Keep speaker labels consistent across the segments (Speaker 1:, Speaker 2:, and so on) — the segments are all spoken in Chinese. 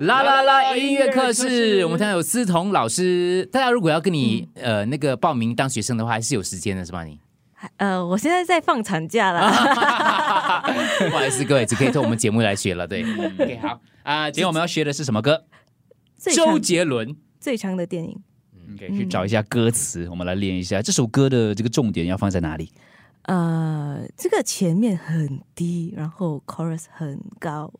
Speaker 1: 啦啦啦音乐课室，我们现在有思彤老师。大家如果要跟你、呃那个报名当学生的话，还是有时间的，是吧？ 你
Speaker 2: 呃，我现在在放长假啦，
Speaker 3: 啊
Speaker 1: 不好意思，各位只可以从我们节目来学了。对，OK，好啊，今天我们要学的是什么歌？
Speaker 2: 最
Speaker 1: 周
Speaker 2: 长
Speaker 1: 杰伦。
Speaker 2: 最长的电影，
Speaker 3: 你可以去找一下歌词，我们来练一下这首歌的这个重点要放在哪里。
Speaker 2: 呃，这个前面很低，然后 chorus 很高，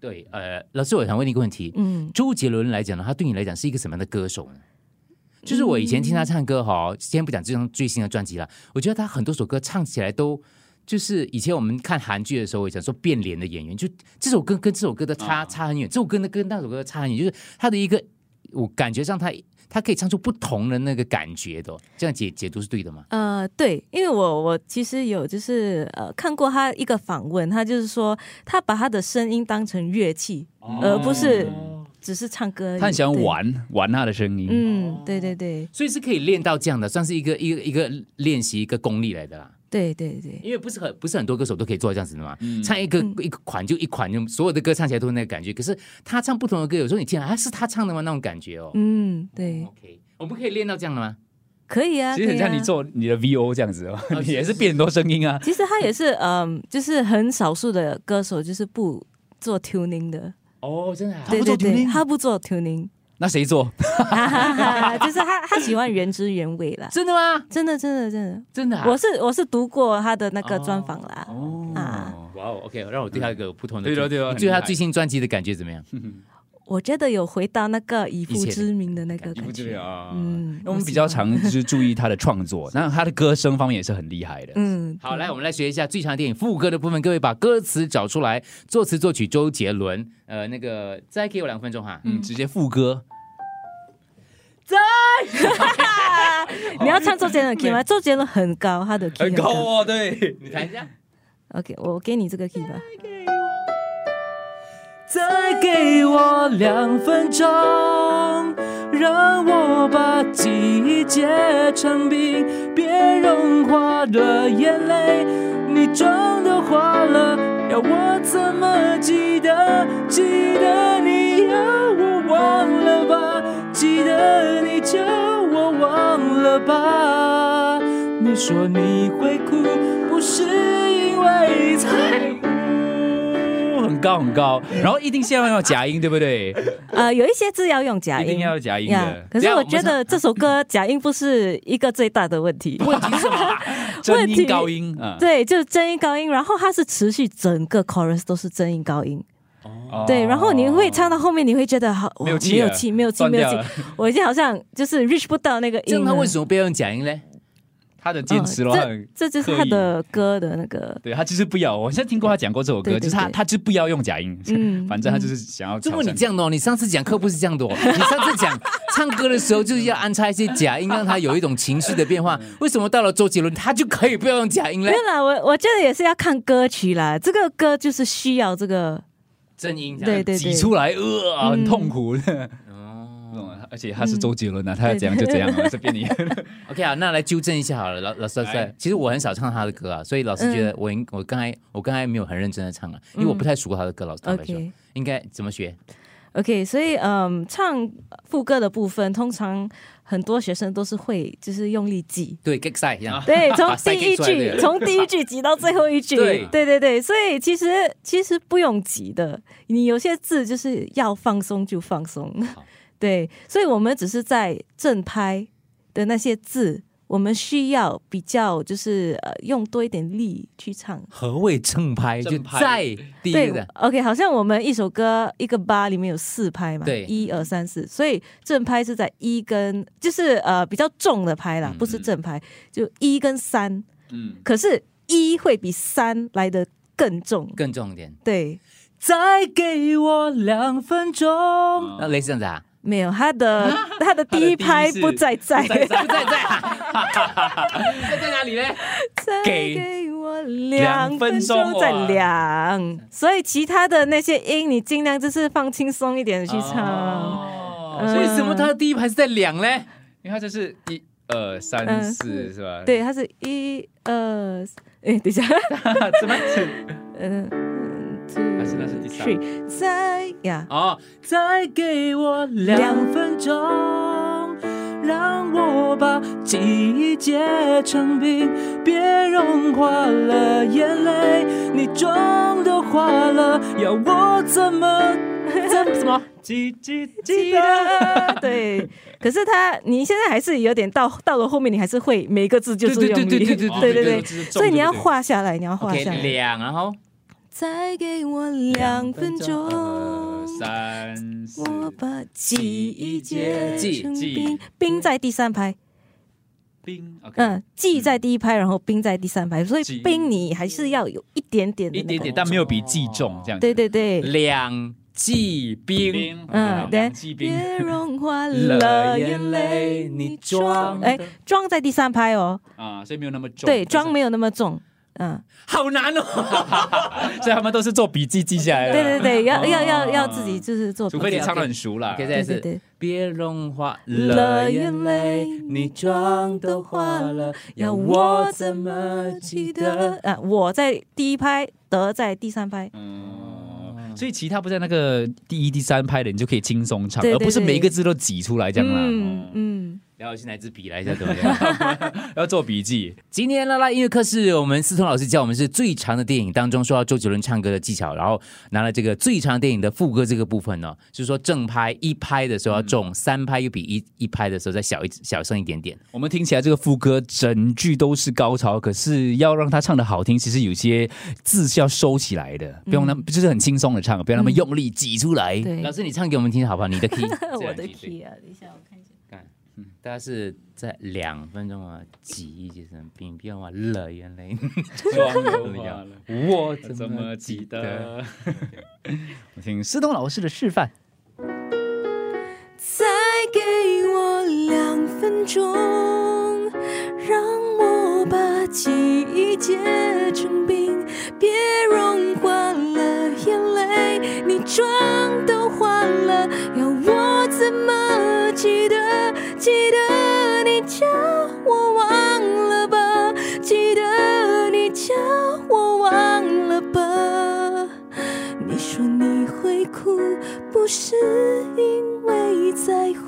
Speaker 1: 对，呃，老师，我想问你一个问题。
Speaker 2: 嗯，
Speaker 1: 周杰伦来讲呢，他对你来讲是一个什么样的歌手呢？就是我以前听他唱歌哈，先不讲这张最新的专辑了，我觉得他很多首歌唱起来都就是以前我们看韩剧的时候，我讲说变脸的演员，就这首歌跟这首歌的差差很远，这首歌跟那首歌差很远，就是他的一个我感觉上他他可以唱出不同的那个感觉的哦，这样解解读是对的吗？
Speaker 2: 呃，对，因为我我其实有就是呃看过他一个访问，他就是说他把他的声音当成乐器，而不是
Speaker 3: 哦
Speaker 2: 只是唱歌而已。
Speaker 3: 他很想
Speaker 2: 对，
Speaker 3: 玩玩他的声音，
Speaker 2: 嗯，对对对
Speaker 1: 所以是可以练到这样的，算是一个一个一个练习一个功力来的啦。
Speaker 2: 对对对，
Speaker 1: 因为不是很不是很多歌手都可以做到这样子的嘛，
Speaker 3: 嗯
Speaker 1: 唱一个、
Speaker 2: 嗯
Speaker 1: 一个款就一款，就所有的歌唱起来都是那个感觉。可是他唱不同的歌，有时候你听啊是他唱的吗？那种感觉哦。
Speaker 2: 嗯对，
Speaker 1: OK，我们可以练到这样的吗？
Speaker 2: 可以啊。
Speaker 3: 其实很
Speaker 2: 可以啊
Speaker 3: 像你。做你的 VO 这样子哦，你 也是变很多声音啊。
Speaker 2: 其实他也是嗯、就是很少数的歌手，就是不做 tuning 的。
Speaker 1: 哦，真的、啊。
Speaker 2: 对
Speaker 3: 不做
Speaker 2: 对对，
Speaker 3: tuning？
Speaker 2: 他不做 tuning，
Speaker 3: 那谁做？
Speaker 2: 哈哈哈，就是他他喜欢原汁原味啦。
Speaker 1: 真的吗？
Speaker 2: 真的真的真
Speaker 1: 真的、啊
Speaker 2: 的，。我是我是读过他的那个专访啦。
Speaker 3: 哦
Speaker 2: 啊。
Speaker 1: 哇哦，OK，让我对他有个不同的。
Speaker 3: 对咯对咯
Speaker 1: 你对他
Speaker 3: 很厉害
Speaker 1: 最新专辑的感觉怎么 样？
Speaker 2: 我觉得有回到那个以
Speaker 1: 以
Speaker 2: 父
Speaker 1: 前
Speaker 2: 之名的那个感
Speaker 3: 这
Speaker 2: 觉，
Speaker 3: 啊
Speaker 2: 嗯
Speaker 3: 我们比较常就是注意他的创 作，那他的歌声方面也是很厉害的。
Speaker 2: 嗯，
Speaker 1: 好，来我们来学一下最长电影副歌的部分。各位把歌词找出来，作词作曲周杰伦。呃，那个再给我两分钟哈。
Speaker 3: 嗯，直接副歌，
Speaker 2: 你要唱周杰伦的 key 吗？周杰伦很高，他的 key 很高。
Speaker 3: 哦，对，
Speaker 1: 你弹一下。
Speaker 2: OK，我给你这个 key 吧。
Speaker 1: 再给我两分钟，让我把记忆结成冰，别融化了眼泪。你妆都花了，要我怎么记得？记得你要我忘了吧，记得你叫我忘了吧。你说你会哭，不是因为在乎。
Speaker 3: 很高很高，然后一定现在要假音，对 不对？
Speaker 2: 呃，有一些字要用假
Speaker 3: 一定
Speaker 2: 音。
Speaker 3: 要假音
Speaker 2: 呀
Speaker 3: 的，。
Speaker 2: 可
Speaker 1: 等
Speaker 2: 是
Speaker 1: 一下
Speaker 2: 我觉得这首歌 假音不是一个最大的问题，
Speaker 1: 问题是什么？
Speaker 3: 真
Speaker 2: 问题
Speaker 3: 音高音啊，
Speaker 2: 对，就是真音高音，然后它是持续整个 chorus 都是真音高音，
Speaker 3: 哦
Speaker 2: 对，然后你会唱到后面，你会觉得好，哇
Speaker 3: 没有气
Speaker 2: 没有
Speaker 3: 了
Speaker 2: 气，没有气，
Speaker 3: 断
Speaker 2: 没有
Speaker 3: 掉
Speaker 2: 气
Speaker 3: 了，
Speaker 2: 我已经好像就是 reach 不到那个
Speaker 1: 这样
Speaker 2: 音了。哦
Speaker 1: 他为什么不要用假音嘞？
Speaker 3: 他的坚持了，他
Speaker 2: 这
Speaker 3: 很
Speaker 2: 这就是
Speaker 3: 刻
Speaker 2: 他
Speaker 3: 意
Speaker 2: 的歌的那个
Speaker 3: 对他就是不要，我现在听过他讲过这首歌，
Speaker 2: 对对
Speaker 3: 就是他
Speaker 2: 对
Speaker 3: 他就是不要用假音，
Speaker 2: 嗯
Speaker 3: 反正他就是想要。
Speaker 1: 就问你这，样的哦，你上次讲课不是这 样的哦，你上次讲唱歌的时候就是要安插一些假音，让他有一种情绪的变化。
Speaker 3: 嗯
Speaker 1: 为什么到了周杰伦他就可以不要用假音嘞
Speaker 2: 没？有啦，我我觉得也是要看歌曲啦，这个歌就是需要这个，
Speaker 1: 真音这样
Speaker 2: 对对
Speaker 3: 挤
Speaker 2: 对，
Speaker 3: 出来，呃，很痛苦。
Speaker 1: 哦
Speaker 3: 嗯而且他是周杰伦啊，他要怎样就怎样
Speaker 2: 嗯
Speaker 3: 啊，这边你
Speaker 1: OK 啊，那来纠正一下好了，老老师老
Speaker 3: 来
Speaker 1: 师，其实我很少唱他的歌啊，所以老师觉
Speaker 3: 嗯
Speaker 1: 得我应我刚才我刚才没有很认真的唱了，啊因为我不太熟他的歌，老师坦白说
Speaker 2: OK
Speaker 1: 应该怎么学？
Speaker 2: OK，所以嗯，唱副歌的部分，通常很多学生都是会就是用力挤。
Speaker 1: 对，get 赛一样。
Speaker 3: 啊
Speaker 2: 对，从
Speaker 1: 把塞
Speaker 2: 第
Speaker 1: 给
Speaker 2: 一
Speaker 1: 出来对
Speaker 2: 句，从第一句挤到最后一句，
Speaker 1: 对
Speaker 2: 对对对，所以其实其实不用急的，你有些字就是要放松就放松
Speaker 1: 好，
Speaker 2: 对，所以我们只是在正拍的那些字，我们需要比较就是呃用多一点力去唱，
Speaker 1: 何谓正拍？就
Speaker 3: 正拍
Speaker 1: 在第一
Speaker 2: 对
Speaker 1: 个的
Speaker 2: o k 好像我们一首歌一个八里面有四拍嘛，
Speaker 1: 对
Speaker 2: 一二三四，所以正拍是在一跟就是呃比较重的拍啦，
Speaker 1: 嗯
Speaker 2: 不是正拍，就一跟三，
Speaker 3: 嗯，
Speaker 2: 可是一会比三来的更重，
Speaker 1: 更重一点。
Speaker 2: 对，
Speaker 1: 再给我两分钟，那类似这样子啊？
Speaker 2: 没有他的他的第一拍
Speaker 3: 是
Speaker 2: 不在在，
Speaker 1: 在在在，在哪里嘞？
Speaker 2: 再
Speaker 3: 给
Speaker 2: 给我两
Speaker 3: 两分
Speaker 2: 分
Speaker 3: 钟
Speaker 2: 钟再
Speaker 3: 哇
Speaker 2: 两，所以其他的那些音你尽量就是放轻松一点去唱，
Speaker 3: 哦
Speaker 2: 嗯
Speaker 1: 为什么他的第一排是在两嘞？
Speaker 3: 因为他就是一二三
Speaker 2: 嗯
Speaker 3: 四是吧？
Speaker 2: 对，，它
Speaker 3: 啊
Speaker 2: 是一二，哎，等一下。
Speaker 3: 怎么
Speaker 2: 嗯， two，
Speaker 1: 还是那是第三
Speaker 2: three，再呀，
Speaker 1: 哦，再给我两分钟，让我把记忆结成冰，别融化了眼泪，你妆都花了，要我怎么怎怎么记记记
Speaker 2: 记
Speaker 1: 得？
Speaker 2: 得对。可是他，你现在还是有点到到了后面，你还是会每一个字就是用力，对对对，
Speaker 1: 对
Speaker 2: 所以你要画下来，你要画
Speaker 1: OK
Speaker 2: 下来。
Speaker 1: 两，然后
Speaker 2: 再给我两分钟
Speaker 1: 呃。三四
Speaker 2: 我把记忆结
Speaker 1: 记
Speaker 2: 成
Speaker 1: 记
Speaker 2: 冰，冰在第三排，
Speaker 1: 冰 OK，
Speaker 2: 嗯，记在第一排，然后冰在第三排，所
Speaker 1: 记
Speaker 2: 以冰你还是要有一点点的
Speaker 3: 一
Speaker 2: 那个
Speaker 3: 点点，但没有比计重这样。
Speaker 2: 对，对对，
Speaker 1: 两季冰。
Speaker 2: 嗯，对
Speaker 3: 啊两，季兵
Speaker 2: 别融化
Speaker 1: 了
Speaker 2: 了
Speaker 1: 眼
Speaker 2: 眼
Speaker 1: 泪
Speaker 2: 泪，
Speaker 1: 你
Speaker 2: 你
Speaker 1: 装
Speaker 2: 装哎
Speaker 1: 的
Speaker 2: 装在第三排哦，
Speaker 3: 啊，所以没有那么重。
Speaker 2: 对，装没有那么重，嗯，
Speaker 1: 好难哦！
Speaker 3: 所以他们都是做笔记记下来的。
Speaker 2: 对对对，要要要要自己就是做
Speaker 3: 啊除
Speaker 2: 笔
Speaker 3: 非
Speaker 2: 记，
Speaker 3: 你唱的很熟啦。
Speaker 1: OK，再来
Speaker 2: 对
Speaker 1: 一次
Speaker 2: 对对，
Speaker 1: 别融化了
Speaker 2: 了
Speaker 1: 眼
Speaker 2: 眼
Speaker 1: 泪
Speaker 2: 泪，
Speaker 1: 你
Speaker 2: 你
Speaker 1: 妆
Speaker 2: 妆
Speaker 1: 都
Speaker 2: 都
Speaker 1: 花
Speaker 2: 花
Speaker 1: 了
Speaker 2: 了，
Speaker 1: 要
Speaker 2: 要
Speaker 1: 我
Speaker 2: 我
Speaker 1: 怎
Speaker 2: 怎
Speaker 1: 么
Speaker 2: 么
Speaker 1: 记
Speaker 2: 记
Speaker 1: 得
Speaker 2: 得？啊，我在第一拍，德在第三拍，
Speaker 3: 嗯，所以其他不在那个第一、第三拍的，你就可以轻松唱，
Speaker 2: 对对
Speaker 3: 而
Speaker 2: 对
Speaker 3: 不是每一个字都挤出来这样啦。啊
Speaker 2: 嗯嗯，
Speaker 1: 然后先拿支笔来一下，对 不对？
Speaker 3: 哦要做笔记，
Speaker 1: 今天拉拉音乐课是我们思彤老师教我们是最长的电影当中说到周杰伦唱歌的技巧，然后拿了这个最长电影的副歌这个部分呢、就是说正拍一拍的时候要重，
Speaker 2: 嗯
Speaker 1: 三拍又比一一拍的时候再小一小声一点点。
Speaker 3: 我们听起来这个副歌整句都是高潮，可是要让它唱的好听，其实有些字是要收起来的，不用那么就是很轻松的唱，不要那么
Speaker 2: 嗯
Speaker 3: 用力挤出来。
Speaker 2: 对
Speaker 1: 老，师，你唱给我们听好不好？你的 key，
Speaker 2: 我
Speaker 1: 自
Speaker 2: 的
Speaker 1: 然几
Speaker 2: key 啊，等一下我看一下。
Speaker 1: 大概是在两分钟啊，几亿节省并不要忘了眼泪。
Speaker 3: 我怎么记得？我听思东老师的示范。
Speaker 2: 再给我两分钟，让我把记忆结成冰，别融化了眼泪，你妆都花了，要我怎么记得？记得你叫我忘了吧，记得你叫我忘了吧。你说你会哭，不是因为在乎。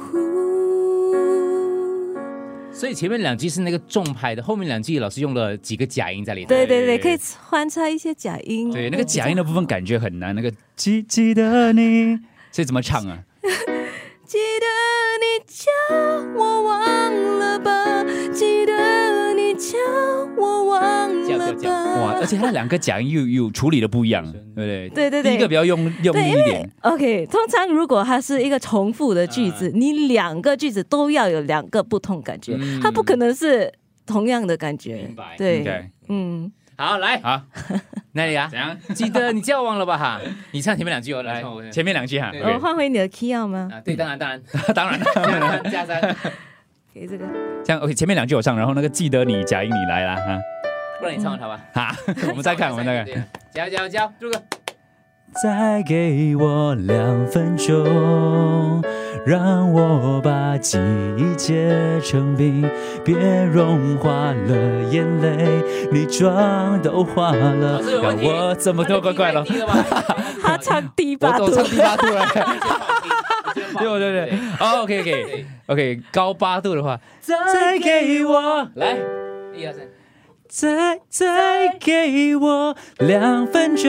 Speaker 1: 所以前面两句是那个重拍的，后面两句老师用了几个假音在里头。
Speaker 2: 对对对，可以穿插一些假音。
Speaker 3: 对，那个假音的部分感觉很难。那个记记得你，所以怎么唱啊？
Speaker 2: 记得你叫我忘了吧，记得你叫我忘
Speaker 1: 叫叫
Speaker 2: 了
Speaker 1: 叫
Speaker 3: 哇，而
Speaker 2: 吧。
Speaker 3: 且它两个假音又又处理的不一样，对不对？
Speaker 2: 对对对
Speaker 3: 第一个比较用用力
Speaker 2: 对，
Speaker 3: 一
Speaker 2: 因为
Speaker 3: 点，
Speaker 2: OK，通常如果它是一个重复的句
Speaker 3: 啊
Speaker 2: 子，你两个句子都要有两个不同感觉，
Speaker 3: 嗯
Speaker 2: 它不可能是同样的感觉
Speaker 1: 明白。
Speaker 2: 对
Speaker 3: OK，
Speaker 2: 嗯，
Speaker 1: 好来，
Speaker 3: 好，
Speaker 1: 那里啊，
Speaker 3: 怎样？
Speaker 1: 记得你叫我忘了吧哈。你唱前面两句哦，来
Speaker 3: 来，
Speaker 1: 前
Speaker 3: 前面两句哈。
Speaker 1: 对
Speaker 2: 我
Speaker 3: OK
Speaker 2: 哦换回你的 key 要吗？
Speaker 1: 啊，对，当然当然，
Speaker 3: 当然，
Speaker 1: 加三加三，
Speaker 2: 给这个。
Speaker 3: 这样 OK，前面两句我唱，然后那个记得你假音你来啦
Speaker 1: 不然你唱完好 吧？
Speaker 3: 啊！好， 我们再看，我们再看。
Speaker 1: 看，加加加，这个
Speaker 3: 再给我两分钟，让我把记忆结成冰，别融化了眼泪，你妆都化了
Speaker 1: 老师有问题
Speaker 3: 怎
Speaker 1: 太低了吧？
Speaker 2: 他唱第
Speaker 3: 啊我
Speaker 2: 八度
Speaker 3: 总，唱第八度了。
Speaker 1: 对
Speaker 3: 对对对，哦，OK OK OK，高八度的话，再给我
Speaker 1: 来，一二三，
Speaker 3: 再再给我两分钟，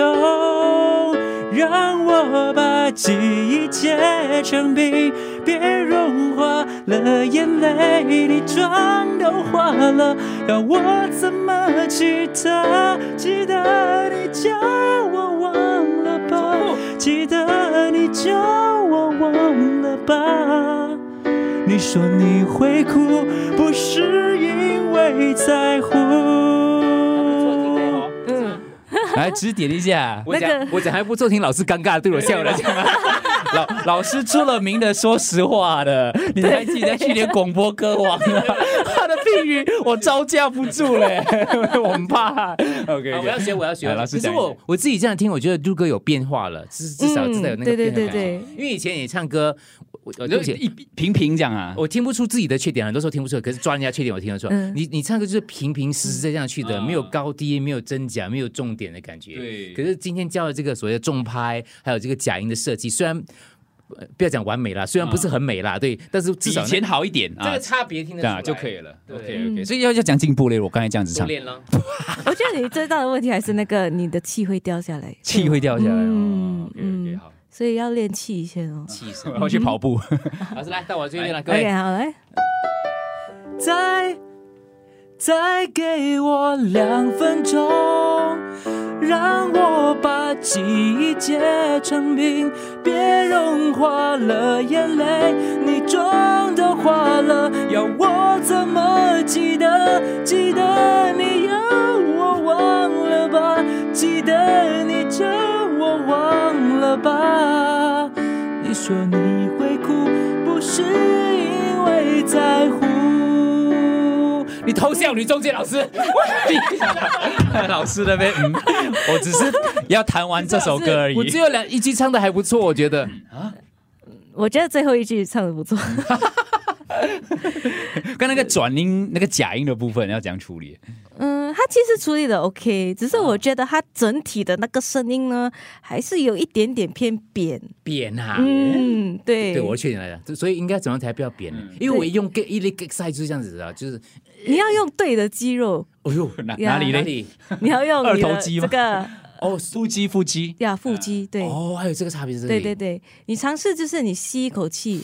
Speaker 3: 让我把记忆结成冰，别融化了眼泪，你妆都花了，要我怎么记得？记得你叫我忘了吧，记得你叫我忘了吧。你说你会哭，不是因为在乎。
Speaker 1: 错听没有？
Speaker 2: 嗯，
Speaker 3: 来指点一下，
Speaker 1: 我讲我讲还不错，听老师尴尬地对我笑了。
Speaker 3: 老老师出了名的说实话的，你还记得去年广播歌王啊？他的评语我招架不住 嘞，我很怕。OK，
Speaker 1: 啊我要学，我要学。
Speaker 3: 来老师
Speaker 1: 可是
Speaker 3: 讲一下
Speaker 1: 我我自己这样听，我觉得陆哥有变化了，至至少
Speaker 2: 嗯
Speaker 1: 至少有那个变化
Speaker 2: 对对对对
Speaker 1: 因为以前你唱歌，我我
Speaker 3: 我
Speaker 1: 呃对不
Speaker 3: 就
Speaker 1: 起，
Speaker 3: 一平平讲啊，
Speaker 1: 我听不出自己的缺点，很多时候听不出来，可是抓人家缺点我听得出来。
Speaker 2: 嗯
Speaker 1: 你你唱歌就是平平实实这样去的，
Speaker 3: 嗯
Speaker 1: 没有高低，没有真假，没有重点的感觉。
Speaker 3: 对
Speaker 1: 可是今天教的这个所谓的重拍，还有这个假音的设计，虽然、呃不要讲完美啦，虽然不是很美啦，对，但是
Speaker 3: 比
Speaker 1: 至
Speaker 3: 啊以
Speaker 1: 少那
Speaker 3: 前好一点
Speaker 1: 这
Speaker 3: 啊
Speaker 1: 个，差别听得出
Speaker 3: 啊
Speaker 1: 来
Speaker 3: 就可以了。
Speaker 1: 对
Speaker 3: OK OK，
Speaker 2: 嗯
Speaker 3: 所以要要讲进步嘞，我刚才这样子
Speaker 1: 熟
Speaker 3: 唱，
Speaker 1: 练了。
Speaker 2: 我觉得你最大的问题还是那个你的气会掉下来，
Speaker 3: 气会掉下来。
Speaker 2: 嗯
Speaker 3: 哦 OK，OK，
Speaker 2: 嗯
Speaker 3: 好，啊
Speaker 2: 所以要练气先哦。
Speaker 1: 气
Speaker 3: 我
Speaker 1: 声，
Speaker 3: 要去跑步。
Speaker 1: 老师来到我这边了，各
Speaker 2: OK，
Speaker 1: 位。
Speaker 2: 好哎来，
Speaker 1: 再再给我两分钟，让我把记忆结成冰，别融化了眼泪。你妆都花了，要我怎么记得？记得你要我忘了吧，记得你叫我忘了吧。你说你会哭，不是因为在乎。你偷笑女中介老师，
Speaker 3: 老师那边，嗯， 我只是要弹完这首歌而
Speaker 1: 我只
Speaker 3: 已。嗯
Speaker 1: 有两一句唱的还不错，我觉得。
Speaker 2: 我觉得最后一句唱的不 错。
Speaker 3: 跟那个转音、那个假音的部分要怎样处理？
Speaker 2: 嗯，他其实处理的 OK，只
Speaker 3: 啊
Speaker 2: 是我觉得他整体的那个声音呢，还是有一点点偏扁。
Speaker 1: 扁啊，
Speaker 2: 嗯，对，
Speaker 1: 对我的缺点来讲，所以应该怎样才不要扁呢？
Speaker 3: 嗯
Speaker 1: 因为我一用 get 一力 get 赛就是这样子的啊，就是
Speaker 2: 你要用对的肌 肉，
Speaker 1: 哎呦
Speaker 3: 哪
Speaker 2: 呀
Speaker 3: 哪里
Speaker 1: 哪
Speaker 3: 嘞？
Speaker 1: 里
Speaker 2: 你要用你
Speaker 3: 二
Speaker 2: 的
Speaker 3: 头肌
Speaker 2: 这
Speaker 3: 吗啊
Speaker 2: 个
Speaker 3: 哦，腹肌，腹肌。
Speaker 2: 呀腹肌，对，
Speaker 1: 哦，还有这个差别在这
Speaker 2: 对
Speaker 1: 里。
Speaker 2: 对对，你尝试就是你吸一口气，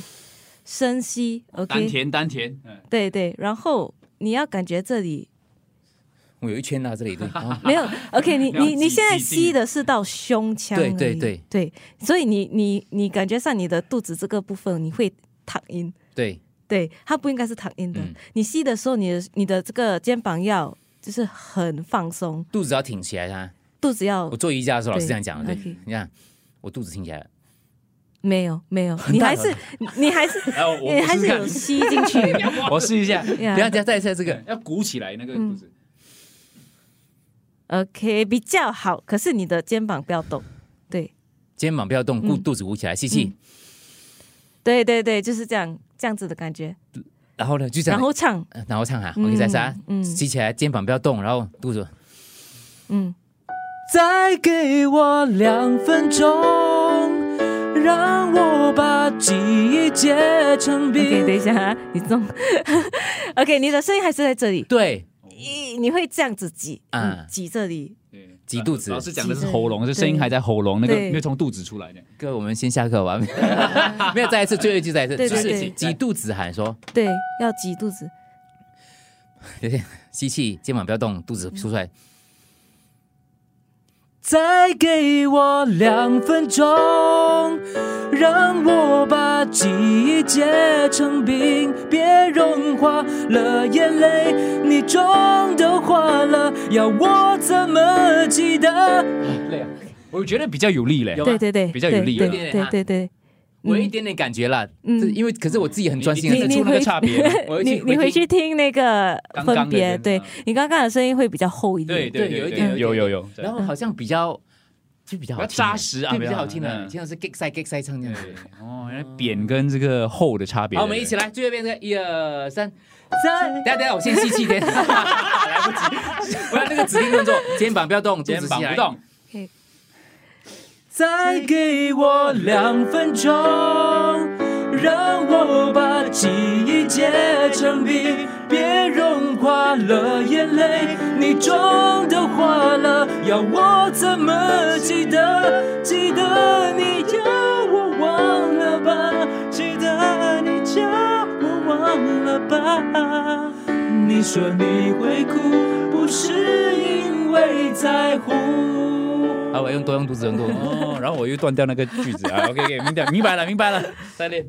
Speaker 2: 深吸
Speaker 3: 丹
Speaker 2: ，OK，
Speaker 3: 田，丹田，嗯
Speaker 2: 对对，然后你要感觉这里
Speaker 1: 我有一圈啊，这 里对。哦
Speaker 2: 没有 OK，你
Speaker 3: 了解
Speaker 2: 你你现在
Speaker 3: 记忆
Speaker 2: 吸的是到胸腔而
Speaker 1: 对
Speaker 2: 已，
Speaker 1: 对对
Speaker 2: 对，所以你你你感觉上你的肚子这个部分你会躺音，
Speaker 1: 对，
Speaker 2: 对，它不应该是躺音的。
Speaker 1: 嗯
Speaker 2: 你吸的时候，你的你的这个肩膀要就是很放松，
Speaker 1: 肚子要挺起来它。
Speaker 2: 肚子要
Speaker 1: 我做瑜伽的时候老师
Speaker 2: 对
Speaker 1: 这样讲的，对
Speaker 2: OK，
Speaker 1: 你看我肚子挺起来了。
Speaker 2: 没有没有，
Speaker 1: 大
Speaker 2: 你 还是你还是
Speaker 3: 来，我
Speaker 1: 哎
Speaker 2: 你还是有吸进去。
Speaker 3: 我试一下，
Speaker 1: 等
Speaker 2: 呀
Speaker 1: 一下等一下再一下这
Speaker 3: 这
Speaker 1: 个
Speaker 3: 个。要鼓起来那个
Speaker 1: 嗯
Speaker 3: 肚子。
Speaker 2: OK，比较好。可是你的肩膀不要动，对
Speaker 1: 肩膀不要动，
Speaker 2: 嗯
Speaker 1: 顾肚子鼓起来，吸气，
Speaker 2: 对对对，就是这样这样子的感觉。
Speaker 1: 然后呢就这样
Speaker 2: 然，后唱，
Speaker 1: 呃然后唱哈
Speaker 2: 嗯
Speaker 1: ，OK 再三，
Speaker 2: 嗯
Speaker 1: 吸起来，肩膀不要动，然后肚子。
Speaker 2: 嗯，
Speaker 1: 再给我两分钟，让我把记忆结成
Speaker 2: OK，
Speaker 1: 冰。
Speaker 2: 等一下啊，你动。OK，你的声音还是在这里，
Speaker 1: 对，
Speaker 2: 咦你会这样子挤，
Speaker 1: 啊
Speaker 2: 嗯，挤这里。
Speaker 3: 对
Speaker 1: 挤肚子
Speaker 3: 老师讲的是喉咙，这声音还在喉咙，那个
Speaker 2: 对
Speaker 3: 没有从肚子出来的。
Speaker 1: 各位我们先下课吧。 没有，再一次，最后一句再一次，
Speaker 2: 对
Speaker 1: 就
Speaker 2: 对
Speaker 1: 是
Speaker 2: 对
Speaker 1: 挤肚子喊说，
Speaker 2: 对，要挤肚子。
Speaker 1: 吸气，肩膀不要动，肚子凸出来。再给我两分钟，让我把记忆结成冰，别融化了眼泪，你妆都花了，要我怎么记得？
Speaker 3: 累啊！我觉得比较有力嘞
Speaker 1: 有。
Speaker 2: 对对对，
Speaker 3: 比较有力
Speaker 2: 对
Speaker 1: 有一点
Speaker 2: 对
Speaker 1: 点啊
Speaker 2: 对对对。
Speaker 1: 我有一点点感觉啦，
Speaker 2: 嗯
Speaker 1: 这因为可是我自己很专心
Speaker 3: 你
Speaker 1: 的
Speaker 3: 你出那个 差别
Speaker 1: 我回去
Speaker 2: 你
Speaker 1: 回
Speaker 2: 你回
Speaker 1: 去
Speaker 2: 去听那个
Speaker 3: 刚刚的
Speaker 2: 分别，
Speaker 3: 跟
Speaker 2: 对
Speaker 3: 啊
Speaker 2: 你刚刚的声音会比较厚一点。
Speaker 1: 对有一点有
Speaker 3: 有有有。
Speaker 1: 然后好像比较就比较好
Speaker 3: 比较扎实啊
Speaker 1: 对比
Speaker 3: 比较
Speaker 1: 较好
Speaker 3: 好
Speaker 1: 听的，
Speaker 3: 嗯
Speaker 1: 听的是 “get 塞 get 塞”唱这样子。
Speaker 3: 哦，原来扁跟这个厚的差别。
Speaker 1: 好，我们一起来，最后一遍这个一二三三，等一下等一下，我先吸气， 等一下来不及，我要那个指定动作，肩膀不要动，
Speaker 3: 肩膀
Speaker 1: 肚子吸
Speaker 3: 不
Speaker 1: 来
Speaker 3: 动。
Speaker 2: OK，
Speaker 1: 再给我两分钟，让我把记忆结成冰，别融化了眼泪。你妆都花了，要我怎么记得？记得你要我忘了吧，记得你叫我忘了吧。你说你会哭，不是因为在乎。啊，
Speaker 3: 哦
Speaker 1: 我用多用肚子，用多用肚子。
Speaker 3: 哦，然后我又断掉那个句子啊。OK OK，明白明白了明白了，再练。